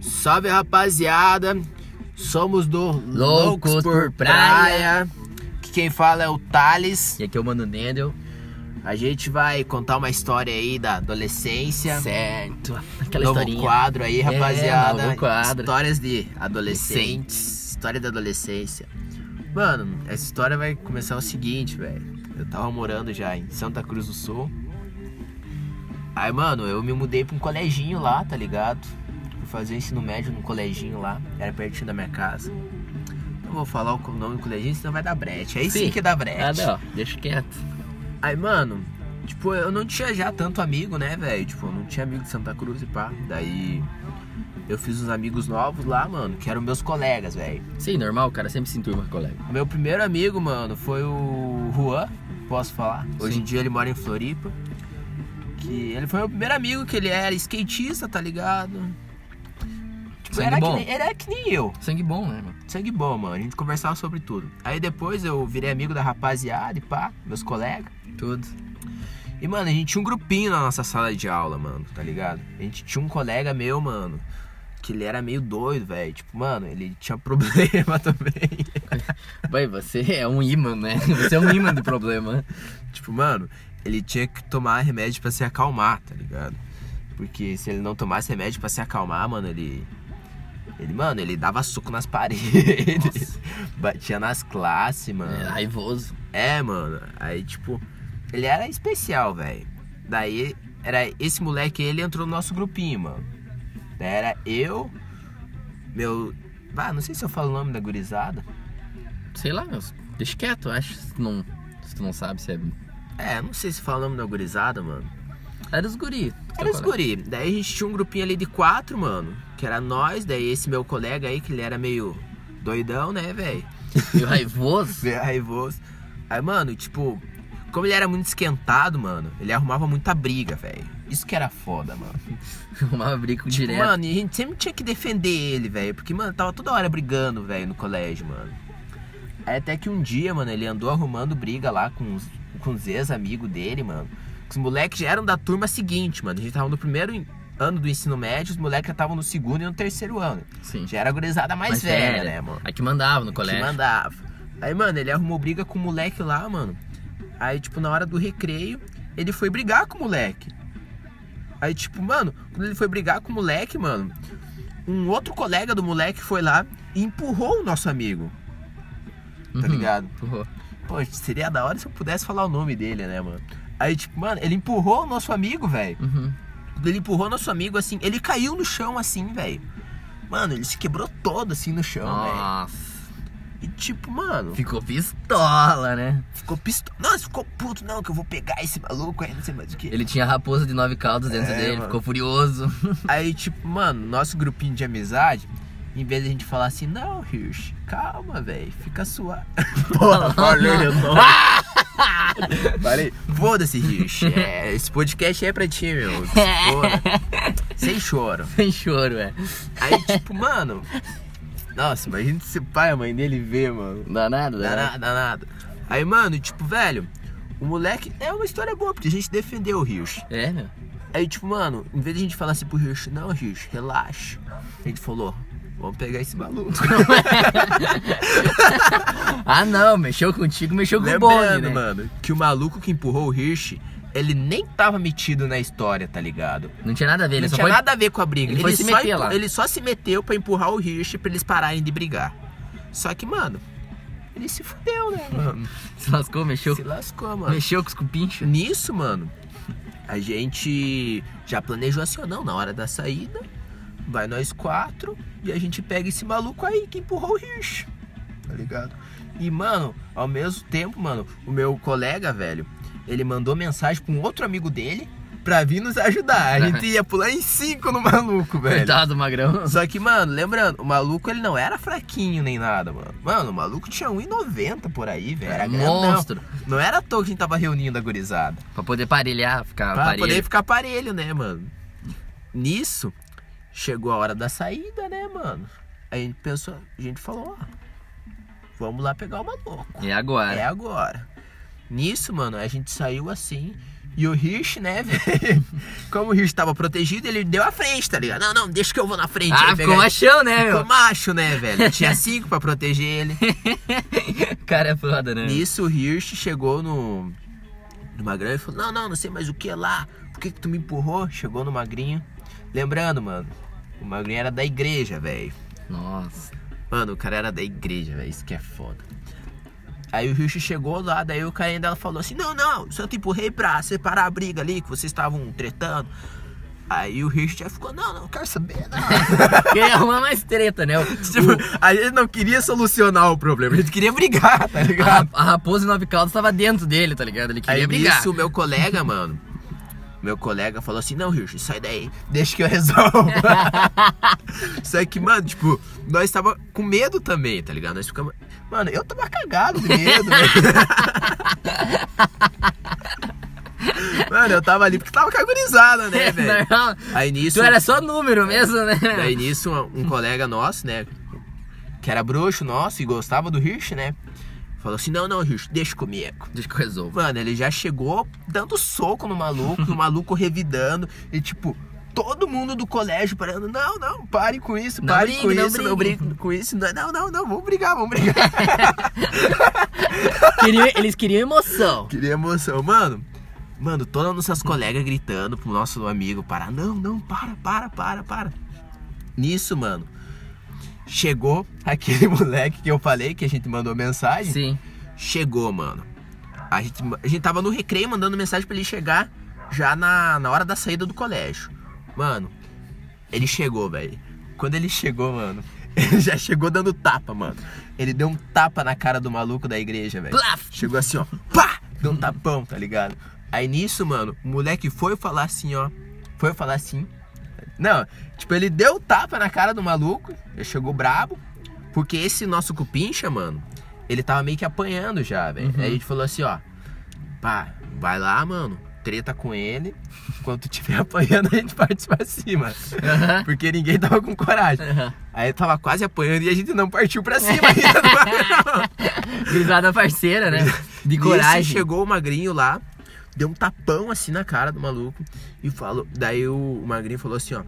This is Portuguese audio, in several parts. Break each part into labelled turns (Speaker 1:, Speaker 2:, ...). Speaker 1: Salve rapaziada, somos do
Speaker 2: Loucos por Praia.
Speaker 1: que Quem fala é o Thales.
Speaker 2: E aqui é o Mano Nendel.
Speaker 1: A gente vai contar uma história aí da adolescência.
Speaker 2: Certo. Aquela
Speaker 1: novo
Speaker 2: historinha.
Speaker 1: quadro aí,
Speaker 2: É,
Speaker 1: rapaziada.
Speaker 2: novo quadro.
Speaker 1: Histórias de adolescentes. História da adolescência. Mano, essa história vai começar o seguinte, velho. Eu tava morando já em Santa Cruz do Sul. Aí, mano, eu me mudei pra um coleginho lá, tá ligado? Fui fazer ensino médio num coleginho lá. Era pertinho da minha casa. Não vou falar o nome do coleginho, senão vai dar brete. Aí sim,
Speaker 2: Sim.
Speaker 1: que dá brete.
Speaker 2: Ah, não. Deixa quieto.
Speaker 1: Aí, mano, tipo, eu não tinha já tanto amigo, né, velho? Tipo, eu não tinha amigo de Santa Cruz e pá. Daí eu fiz uns amigos novos lá, mano, que eram meus colegas, velho.
Speaker 2: Sim, normal, o cara sempre se enturma com o colega.
Speaker 1: O meu primeiro amigo, mano, foi o Juan, posso falar? Hoje
Speaker 2: Sim.
Speaker 1: em dia ele mora em Floripa. Que ele foi meu primeiro amigo, que ele era skatista, tá ligado? Tipo,
Speaker 2: Sangue
Speaker 1: era que,
Speaker 2: bom.
Speaker 1: nem, era que nem eu.
Speaker 2: Sangue bom, né, mano?
Speaker 1: Sangue bom, mano. A gente conversava sobre tudo. Aí depois eu virei amigo da rapaziada e pá, meus colegas.
Speaker 2: Tudo.
Speaker 1: E, mano, a gente tinha um grupinho na nossa sala de aula, mano, tá ligado? A gente tinha um colega meu, mano, que ele era meio doido, velho. Tipo, mano, ele tinha problema também.
Speaker 2: Vai, você é um imã, né? Você é um imã do problema.
Speaker 1: tipo, mano, ele tinha que tomar remédio pra se acalmar, tá ligado? Porque se ele não tomasse remédio pra se acalmar, mano, ele. Ele, mano, ele dava suco nas paredes. Batia nas classes, mano.
Speaker 2: É raivoso.
Speaker 1: É, mano. Aí, tipo, ele era especial, velho. Daí, era esse moleque, ele entrou no nosso grupinho, mano. Daí era eu, meu. Ah, não sei se eu falo o nome da gurizada.
Speaker 2: Sei lá, meu. Deixa quieto, eu acho. Se tu não, se tu não sabe se é.
Speaker 1: É, não sei se falo o nome da gurizada, mano.
Speaker 2: Era os guri. tu
Speaker 1: Era os
Speaker 2: colega.
Speaker 1: guri. Daí a gente tinha um grupinho ali de quatro, mano. Que era nós, daí esse meu colega aí, que ele era meio doidão, né, velho?
Speaker 2: Meio raivoso.
Speaker 1: Zé raivoso. Aí, mano, tipo, como ele era muito esquentado, mano, ele arrumava muita briga, velho. Isso que era foda, mano.
Speaker 2: Arrumava brico direto.
Speaker 1: Tipo, Mano, e a gente sempre tinha que defender ele, velho. Porque, mano, tava toda hora brigando, velho, no colégio, mano. Aí até que um dia, mano, ele andou arrumando briga lá com os, com os ex-amigos dele, mano. Os moleques já eram da turma seguinte, mano. A gente tava no primeiro en- ano do ensino médio, os moleques já estavam no segundo e no terceiro ano.
Speaker 2: Sim.
Speaker 1: Já era a gurizada mais, velha, né, mano?
Speaker 2: A que mandava no colégio.
Speaker 1: Que mandava. Aí, mano, ele arrumou briga com o moleque lá, mano. Aí, tipo, na hora do recreio, ele foi brigar com o moleque. Aí, tipo, mano, quando ele foi brigar com o moleque, mano, um outro colega do moleque foi lá e empurrou o nosso amigo. Tá
Speaker 2: Uhum.
Speaker 1: ligado?
Speaker 2: Porra.
Speaker 1: Pô, seria da hora se eu pudesse falar o nome dele, né, mano? Aí, tipo, mano, ele empurrou o nosso amigo, velho.
Speaker 2: Uhum.
Speaker 1: Ele empurrou nosso amigo assim, ele caiu no chão assim, velho. Mano, ele se quebrou todo assim no chão,
Speaker 2: Ah.
Speaker 1: velho.
Speaker 2: Nossa.
Speaker 1: E tipo, mano.
Speaker 2: Ficou pistola, né?
Speaker 1: Ficou pistola. Nossa, ficou puto, não, que eu vou pegar esse maluco aí, não sei mais o que.
Speaker 2: Ele tinha a raposa de nove caudas dentro
Speaker 1: É,
Speaker 2: dele,
Speaker 1: mano.
Speaker 2: ficou furioso.
Speaker 1: Aí, tipo, mano, nosso grupinho de amizade, em vez de a gente falar assim, não, Hirsch, calma, velho, fica suave. Porra, falei o nome. Falei, foda-se, Hirsch. é, esse podcast é pra ti, meu. Porra. Sem choro.
Speaker 2: Sem choro, é.
Speaker 1: Aí, tipo, mano. Nossa, imagina se o pai e a mãe dele vê, mano.
Speaker 2: Não dá nada, dá nada.
Speaker 1: Danado, danado. Aí, mano, tipo, velho, o moleque. É uma história boa, porque a gente defendeu o Hirsch.
Speaker 2: É, meu.
Speaker 1: Aí, tipo, mano, em vez de a gente falar assim pro Hirsch, não, Hirsch, relaxa. A gente falou, vamos pegar esse maluco.
Speaker 2: Ah, não, mexeu contigo, mexeu com o bonde,
Speaker 1: Lembrando,
Speaker 2: né?
Speaker 1: mano, que o maluco que empurrou o Hirsch, ele nem tava metido na história, tá ligado?
Speaker 2: Não tinha nada a ver, ele
Speaker 1: não
Speaker 2: só
Speaker 1: tinha
Speaker 2: foi.
Speaker 1: nada a ver com a briga.
Speaker 2: ele foi se
Speaker 1: só
Speaker 2: meter lá.
Speaker 1: ele só se meteu pra empurrar o Hirsch pra eles pararem de brigar. Só que, mano, ele se fudeu, né, mano?
Speaker 2: Se lascou, mexeu.
Speaker 1: Se lascou, mano.
Speaker 2: Mexeu com os cupinchos.
Speaker 1: Nisso, mano, a gente já planejou assim, ó, não, na hora da saída, vai nós quatro e a gente pega esse maluco aí que empurrou o Hirsch. Tá ligado? E, mano, ao mesmo tempo, mano, o meu colega, velho, ele mandou mensagem pra um outro amigo dele pra vir nos ajudar. A gente ia pular em cinco no maluco, velho.
Speaker 2: Coitado do magrão.
Speaker 1: Só que, mano, lembrando, o maluco ele não era fraquinho nem nada, mano. Mano, o maluco tinha 1,90 por aí, velho. Era
Speaker 2: Era
Speaker 1: grandão.
Speaker 2: monstro.
Speaker 1: Não era à toa que a gente tava reunindo a gurizada.
Speaker 2: Pra poder parelhar, ficar
Speaker 1: Pra
Speaker 2: parelho.
Speaker 1: poder ficar parelho, né, mano? Nisso, chegou a hora da saída, né, mano? Aí a gente pensou, a gente falou, ó, vamos lá pegar o maluco.
Speaker 2: É agora.
Speaker 1: É agora. Nisso, mano, a gente saiu assim E o Hirsch, né, velho? Como o Hirsch tava protegido, ele deu a frente, tá ligado? Não, não, deixa que eu vou na frente.
Speaker 2: Ah,
Speaker 1: Aí
Speaker 2: ficou
Speaker 1: pega-
Speaker 2: machão, né,
Speaker 1: Ficou
Speaker 2: meu?
Speaker 1: macho, né, velho? Tinha cinco pra proteger ele.
Speaker 2: Cara é foda, né?
Speaker 1: Nisso, o Hirsch chegou no, no Magrão e falou: Não, não, não sei mais o que lá. Por que, que tu me empurrou? Chegou no Magrinho. Lembrando, mano, o Magrinho era da igreja, velho.
Speaker 2: Nossa.
Speaker 1: Mano, o cara era da igreja, velho. Isso que é foda. Aí o Hirsch chegou lá, daí o cara ainda falou assim: Não, não, só te empurrei pra separar a briga ali que vocês estavam tretando. Aí o Hirsch já ficou: Não, não, quero saber, não.
Speaker 2: Quer arrumar mais treta, né? O-
Speaker 1: tipo, a gente não queria solucionar o problema, a gente queria brigar, tá
Speaker 2: a,
Speaker 1: ligado?
Speaker 2: ra- a raposa e nove caldas tava dentro dele, tá ligado? Ele queria
Speaker 1: Aí
Speaker 2: brigar.
Speaker 1: nisso, o meu colega, mano. Meu colega falou assim: Não, Hirsch, sai daí, deixa que eu resolvo. Só que, mano, tipo, nós tava com medo também, tá ligado? Nós ficamos. Mano, eu tava cagado de medo, né?" velho. Mano, eu tava ali porque tava cagurizada, né, velho?
Speaker 2: Normal.
Speaker 1: Aí nisso.
Speaker 2: Tu Então era só número mesmo, né?
Speaker 1: Daí nisso, um, um colega nosso, né? Que era bruxo nosso e gostava do Hirsch, né? Falou assim: Não, não, Hirsch, deixa comigo.
Speaker 2: Deixa que eu resolvo.
Speaker 1: Mano, ele já chegou dando soco no maluco, o maluco revidando, e tipo, todo mundo do colégio parando, não, não, pare com isso,
Speaker 2: Não
Speaker 1: pare
Speaker 2: brigue,
Speaker 1: com
Speaker 2: não
Speaker 1: isso, não
Speaker 2: brigue."
Speaker 1: brigue com isso, não, não, não, não, vamos brigar, vamos brigar.
Speaker 2: Queria- eles queriam emoção.
Speaker 1: Queria emoção, mano. Mano, todas as nossas colegas gritando pro nosso amigo parar, não, não, para, para, para, para. Nisso, mano, chegou aquele moleque que eu falei, que a gente mandou mensagem.
Speaker 2: Sim.
Speaker 1: Chegou, mano. A gente, a gente tava no recreio mandando mensagem pra ele chegar já na, na hora da saída do colégio. Mano, ele chegou, velho. Quando ele chegou, mano, ele já chegou dando tapa, mano. Ele deu um tapa na cara do maluco da igreja, velho.
Speaker 2: Plaf!
Speaker 1: Chegou assim, ó. Pá! Deu um tapão, tá ligado? Aí nisso, mano, o moleque foi falar assim, ó. Foi falar assim. Não, tipo, ele deu um tapa na cara do maluco. Ele chegou brabo. Porque esse nosso cupincha, mano, ele tava meio que apanhando já, velho. Aí a gente falou assim, ó. Pá, vai lá, mano. Treta com ele. Enquanto tiver apanhando, a gente parte pra cima.
Speaker 2: Aham. É.
Speaker 1: Porque ninguém tava com coragem.
Speaker 2: Aham.
Speaker 1: Aí tava quase apanhando e a gente não partiu pra cima ainda.
Speaker 2: Grisada parceira, né? De
Speaker 1: Nisso,
Speaker 2: coragem.
Speaker 1: chegou o magrinho lá, deu um tapão assim na cara do maluco e falou. Daí o, o magrinho falou assim, ó.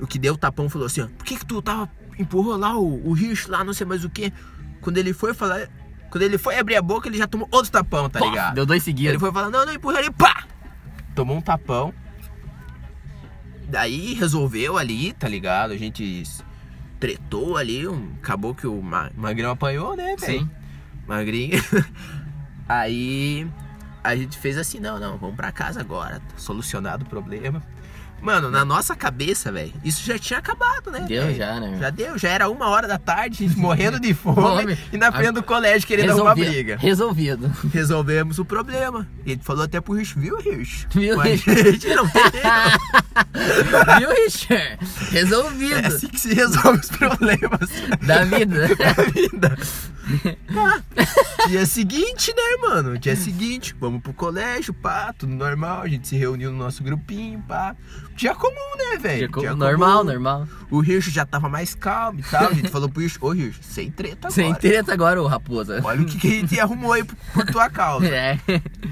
Speaker 1: O que deu o tapão falou assim, ó. Por que que tu tava empurrou lá o, o Rich lá, não sei mais o que? Quando ele foi falar, quando ele foi abrir a boca, ele já tomou outro tapão, tá
Speaker 2: Pô,
Speaker 1: ligado?
Speaker 2: Deu um dois
Speaker 1: Ele
Speaker 2: seguidos.
Speaker 1: foi falar, não, não, empurra ele, pá! Tomou um tapão. Daí resolveu ali, tá ligado? A gente s- tretou ali, um, acabou que o ma- Magrão apanhou, né, velho?
Speaker 2: Sim.
Speaker 1: Magrinho. Aí a gente fez assim, não, não, vamos pra casa agora, tá solucionado o problema. Mano, na nossa cabeça, velho, isso já tinha acabado, né?
Speaker 2: Deu
Speaker 1: velho?
Speaker 2: já, né?
Speaker 1: Já deu, já era uma hora da tarde, a gente morrendo de fome
Speaker 2: Fome.
Speaker 1: e na frente do colégio querendo arrumar
Speaker 2: Resolvido.
Speaker 1: briga.
Speaker 2: Resolvido.
Speaker 1: Resolvemos o problema. Ele falou até pro Rich, viu, Rich?
Speaker 2: Viu,
Speaker 1: Com a
Speaker 2: Rich?
Speaker 1: gente não tem jeito.
Speaker 2: Viu, Richard?
Speaker 1: É
Speaker 2: Resolvido.
Speaker 1: assim que se resolve os problemas
Speaker 2: Da vida.
Speaker 1: da vida. Tá. Dia seguinte, né, mano? Dia seguinte, vamos pro colégio, pá, tudo normal. A gente se reuniu no nosso grupinho, pá. Dia comum, né, velho?
Speaker 2: Ficou normal, né? normal.
Speaker 1: O Rich já tava mais calmo e tal. A gente falou pro Rich, ô Rich, sem treta agora.
Speaker 2: Sem treta agora, ô raposa.
Speaker 1: Olha o que, que a gente arrumou aí por, por tua causa.
Speaker 2: É.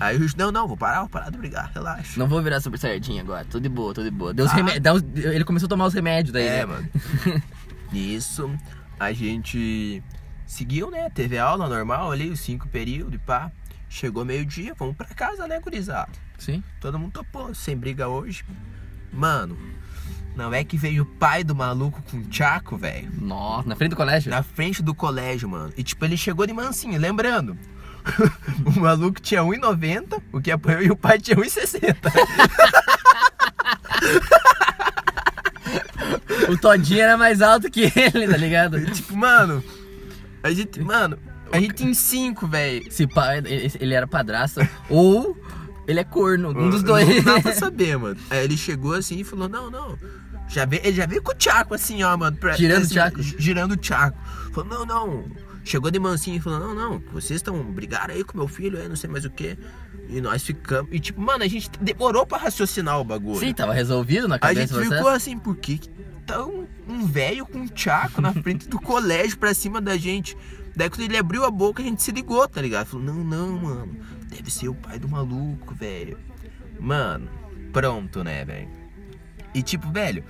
Speaker 1: Aí o Rich, não, não, vou parar, vou parar de brigar, relaxa.
Speaker 2: Não vou virar super sardinha agora. Tô de boa, tô de boa. Deu os
Speaker 1: Ah.
Speaker 2: remé- dá uns- Ele começou a tomar os remédios daí.
Speaker 1: É,
Speaker 2: né?
Speaker 1: mano. Nisso, a gente seguiu, né? Teve aula normal ali, os cinco períodos e pá. Chegou meio-dia, vamos pra casa, né, gurizada?
Speaker 2: Sim.
Speaker 1: Todo mundo topou, sem briga hoje. Mano, não é que veio o pai do maluco com o Chaco, velho?
Speaker 2: Nossa, na frente do colégio?
Speaker 1: Na frente do colégio, mano. E tipo, ele chegou de mansinho, lembrando. o maluco tinha 1,90, o que apanhou e o pai tinha 1,60.
Speaker 2: O Todinho era mais alto que ele, tá ligado?
Speaker 1: tipo, mano, a gente, mano, a gente em cinco, velho.
Speaker 2: Se pá, ele ele era padrasto. ou ele é corno, um dos dois.
Speaker 1: Não dá pra saber, mano. Aí ele chegou assim e falou: não, não. Já veio, ele já veio com o Tchaco assim, ó, mano. pra-
Speaker 2: Girando o
Speaker 1: assim,
Speaker 2: Tchaco.
Speaker 1: gi- Girando o Tchaco. Falou: não, não. Chegou de mansinho e falou: não, não. Vocês estão brigaram aí com meu filho, aí não sei mais o que. E nós ficamos. E tipo, mano, a gente demorou pra raciocinar o bagulho.
Speaker 2: Sim, tava resolvido na
Speaker 1: a
Speaker 2: cabeça
Speaker 1: gente
Speaker 2: do
Speaker 1: ficou
Speaker 2: processo.
Speaker 1: assim: por que que tá um, um velho com um Tchaco na frente do colégio pra cima da gente? Daí quando ele abriu a boca, a gente se ligou, tá ligado? Falou: não, não, mano. Deve ser o pai do maluco, velho. Mano, pronto, né, velho? E tipo, velho,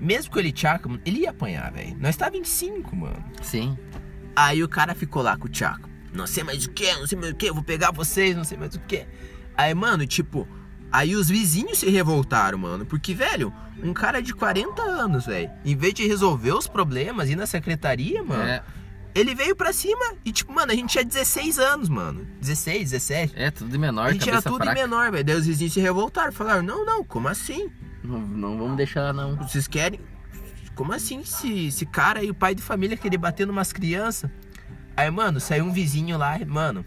Speaker 1: mesmo com ele Chaco, mano, ele ia apanhar, velho. Nós tava em cinco, mano.
Speaker 2: Sim.
Speaker 1: Aí o cara ficou lá com o Chaco. Não sei mais o que, não sei mais o que, eu vou pegar vocês, não sei mais o que. Aí, mano, tipo, aí os vizinhos se revoltaram, mano. Porque, velho, um cara de 40 anos, velho, em vez de resolver os problemas, ir na secretaria, mano,
Speaker 2: É,
Speaker 1: ele veio pra cima e, tipo, mano, a gente tinha 16 anos, mano. 16, 17.
Speaker 2: é tudo de menor,
Speaker 1: A gente era
Speaker 2: cabeça
Speaker 1: tudo
Speaker 2: fraca.
Speaker 1: menor, velho. Daí os vizinhos se revoltaram, falaram, não, não, como assim?
Speaker 2: Não, não vamos deixar, não.
Speaker 1: Vocês querem. Como assim esse, esse cara aí, o pai de família, querer bater numas crianças? Aí, mano, saiu um vizinho lá, mano.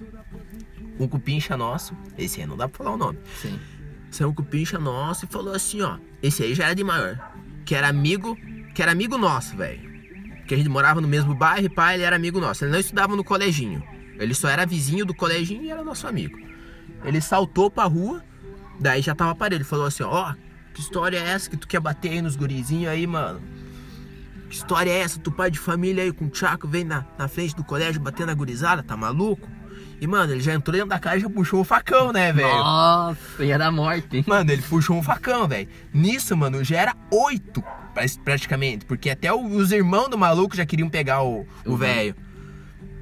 Speaker 1: Um cupincha nosso. Esse aí não dá pra falar o nome.
Speaker 2: Sim.
Speaker 1: Saiu um cupincha nosso e falou assim, ó. Esse aí já era de maior. Que era amigo. Que era amigo nosso, velho. Que a gente morava no mesmo bairro e pá, ele era amigo nosso. Ele não estudava no coleginho. Ele só era vizinho do coleginho e era nosso amigo. Ele saltou pra rua, daí já tava parelho. Ele falou assim, ó, que história é essa que tu quer bater aí nos gurizinhos aí, mano? Que história é essa? Tu pai de família aí com o Tchaco vem na, na frente do colégio batendo a gurizada, tá maluco? E, mano, ele já entrou dentro da casa e já puxou o facão, né, velho?
Speaker 2: Nossa, ia dar morte, hein?
Speaker 1: Mano, ele puxou um facão, velho. Nisso, mano, já era oito, pra- praticamente. Porque até o- os irmãos do maluco já queriam pegar o o
Speaker 2: Uhum.
Speaker 1: velho.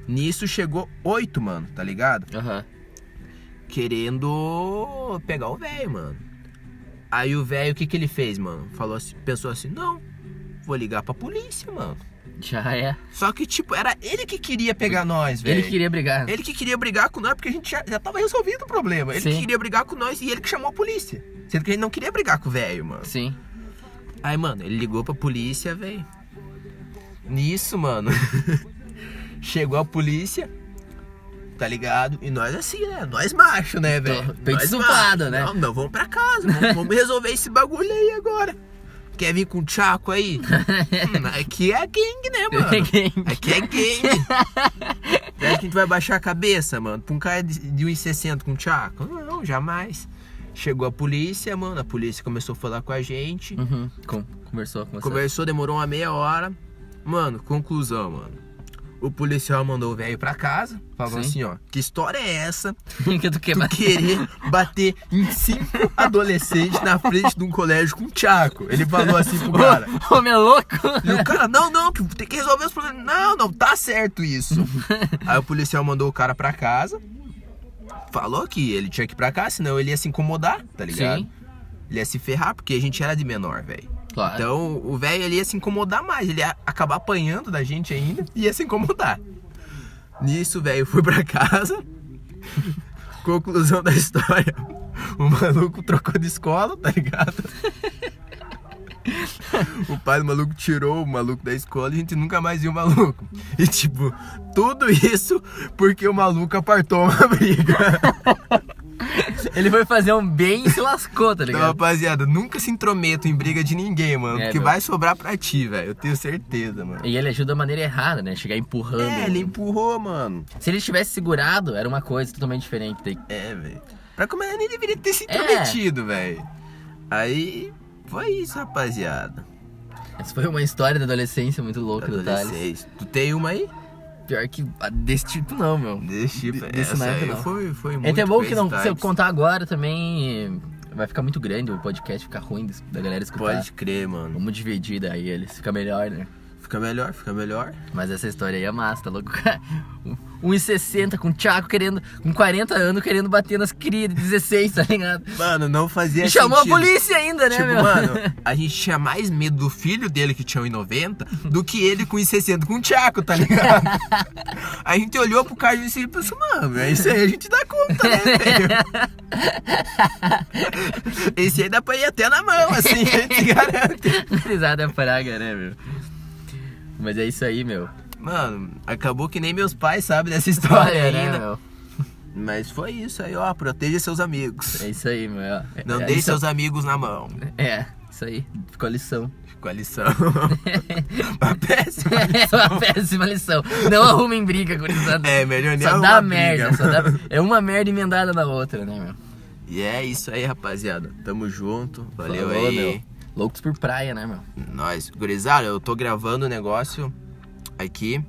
Speaker 1: Nisso chegou oito, mano, tá ligado?
Speaker 2: Aham.
Speaker 1: Querendo pegar o velho, mano. Aí o velho, o que que ele fez, mano? Falou assim, pensou assim, não, vou ligar pra polícia, mano.
Speaker 2: Já é.
Speaker 1: Só que, tipo, era ele que queria pegar nós, velho.
Speaker 2: Ele queria brigar.
Speaker 1: Ele que queria brigar com nós, porque a gente já, já tava resolvido o problema. Ele
Speaker 2: Sim.
Speaker 1: que queria brigar com nós e ele que chamou a polícia. Sendo que ele não queria brigar com o velho, mano.
Speaker 2: Sim.
Speaker 1: Aí, mano, ele ligou pra polícia, velho. Nisso, mano. Chegou a polícia, tá ligado? E nós assim, né? Nós macho, né, velho?
Speaker 2: Tô- tô
Speaker 1: Nós
Speaker 2: desocupado,
Speaker 1: macho.
Speaker 2: Então, né?
Speaker 1: Não, não, vamos pra casa, vamos, vamos resolver esse bagulho aí agora. Quer vir com o Tchaco aí? Hum, aqui é gang, né, mano?
Speaker 2: Gang.
Speaker 1: Aqui é gang. Será que a gente vai baixar a cabeça, mano? Pra um cara de, de 1,60 com o Tchaco? Não, jamais. Chegou a polícia, mano. A polícia começou a falar com a gente.
Speaker 2: Uhum. Com- Conversou com você.
Speaker 1: Conversou, demorou uma meia hora. Mano, conclusão, mano. O policial mandou o velho pra casa. Falou
Speaker 2: Sim.
Speaker 1: assim, ó. Que história é essa?
Speaker 2: que tu quer
Speaker 1: Tu
Speaker 2: bater.
Speaker 1: querer bater em cinco adolescentes na frente de um colégio com um tchaco. Ele falou assim pro cara.
Speaker 2: Ô, meu louco!
Speaker 1: E o cara, não, não, que tem que resolver os problemas. Não, não, tá certo isso. Aí o policial mandou o cara pra casa. Falou que ele tinha que ir pra casa, senão ele ia se incomodar, tá ligado?
Speaker 2: Sim.
Speaker 1: Ele ia se ferrar, porque a gente era de menor, velho.
Speaker 2: Claro.
Speaker 1: Então o velho ele ia se incomodar mais, ele ia acabar apanhando da gente ainda e ia se incomodar. Nisso, o velho, foi pra casa. Conclusão da história. O maluco trocou de escola, tá ligado? O pai do maluco tirou o maluco da escola e a gente nunca mais viu o maluco. E tipo, tudo isso porque o maluco apartou uma briga.
Speaker 2: Ele foi fazer um bem e se lascou, tá
Speaker 1: Então,
Speaker 2: ligado?
Speaker 1: rapaziada, nunca se intrometam em briga de ninguém, mano.
Speaker 2: É,
Speaker 1: porque
Speaker 2: meu.
Speaker 1: vai sobrar pra ti, velho. Eu tenho certeza, mano.
Speaker 2: E ele ajuda da maneira errada, né? Chegar empurrando.
Speaker 1: Então- É, ele empurrou, mano.
Speaker 2: Se ele tivesse segurado, era uma coisa totalmente diferente. Daí-
Speaker 1: É, velho. Pra começar, nem deveria ter se
Speaker 2: É.
Speaker 1: intrometido, velho. Aí, foi isso, rapaziada.
Speaker 2: Essa foi uma história da adolescência muito louca do Thales.
Speaker 1: Adolescente. Tu tem uma aí?
Speaker 2: Pior que a desse tipo, não, meu.
Speaker 1: Desse tipo,
Speaker 2: De- desse
Speaker 1: essa
Speaker 2: naipe,
Speaker 1: aí
Speaker 2: não.
Speaker 1: foi, foi muito
Speaker 2: É até bom que
Speaker 1: crazy
Speaker 2: não, se eu
Speaker 1: times.
Speaker 2: contar agora também, vai ficar muito grande o podcast, fica ruim des- da galera escutar.
Speaker 1: Pode crer, mano.
Speaker 2: Vamos dividir daí eles, fica melhor, né?
Speaker 1: Fica melhor, fica melhor.
Speaker 2: Mas essa história aí é massa, tá louco? 1,60 com o Thiago querendo, com 40 anos, querendo bater nas crias de 16, tá ligado?
Speaker 1: Mano, não fazia
Speaker 2: E chamou
Speaker 1: sentido.
Speaker 2: a polícia ainda, né,
Speaker 1: Tipo,
Speaker 2: meu?
Speaker 1: mano, a gente tinha mais medo do filho dele que tinha 1,90 do que ele com 1,60 com o Tchaco, tá ligado? a gente olhou pro cara e disse, pensou, mano, é isso aí a gente dá conta, né, velho? Esse aí dá pra ir até na mão, assim, a gente se garante.
Speaker 2: Risada é praga, né, meu? Mas é isso aí, meu.
Speaker 1: Mano, acabou que nem meus pais sabem dessa história
Speaker 2: Olha, né,
Speaker 1: ainda.
Speaker 2: meu?
Speaker 1: Mas foi isso aí, ó, proteja seus amigos.
Speaker 2: É isso aí, meu. É-
Speaker 1: Não
Speaker 2: é
Speaker 1: deixe
Speaker 2: isso-
Speaker 1: seus amigos na mão.
Speaker 2: É, isso aí. Ficou a lição.
Speaker 1: Com a lição. Uma péssima
Speaker 2: É uma péssima lição. Não arrumem briga, gurizada.
Speaker 1: É, melhor nem
Speaker 2: Só
Speaker 1: arrumar
Speaker 2: dá
Speaker 1: briga,
Speaker 2: merda, só dá...
Speaker 1: mano.
Speaker 2: É uma merda emendada na outra, né, meu?
Speaker 1: E é isso aí, rapaziada. Tamo junto. Valeu
Speaker 2: Falou,
Speaker 1: aí.
Speaker 2: meu. Loucos por praia, né, meu?
Speaker 1: Nós. Gurizada, eu tô gravando o negócio aqui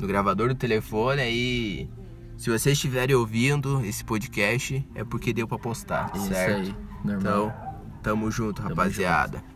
Speaker 1: no gravador do telefone aí. Se vocês estiverem ouvindo esse podcast, é porque deu pra postar,
Speaker 2: Isso
Speaker 1: certo?
Speaker 2: aí, normal.
Speaker 1: Então, tamo junto, rapaziada.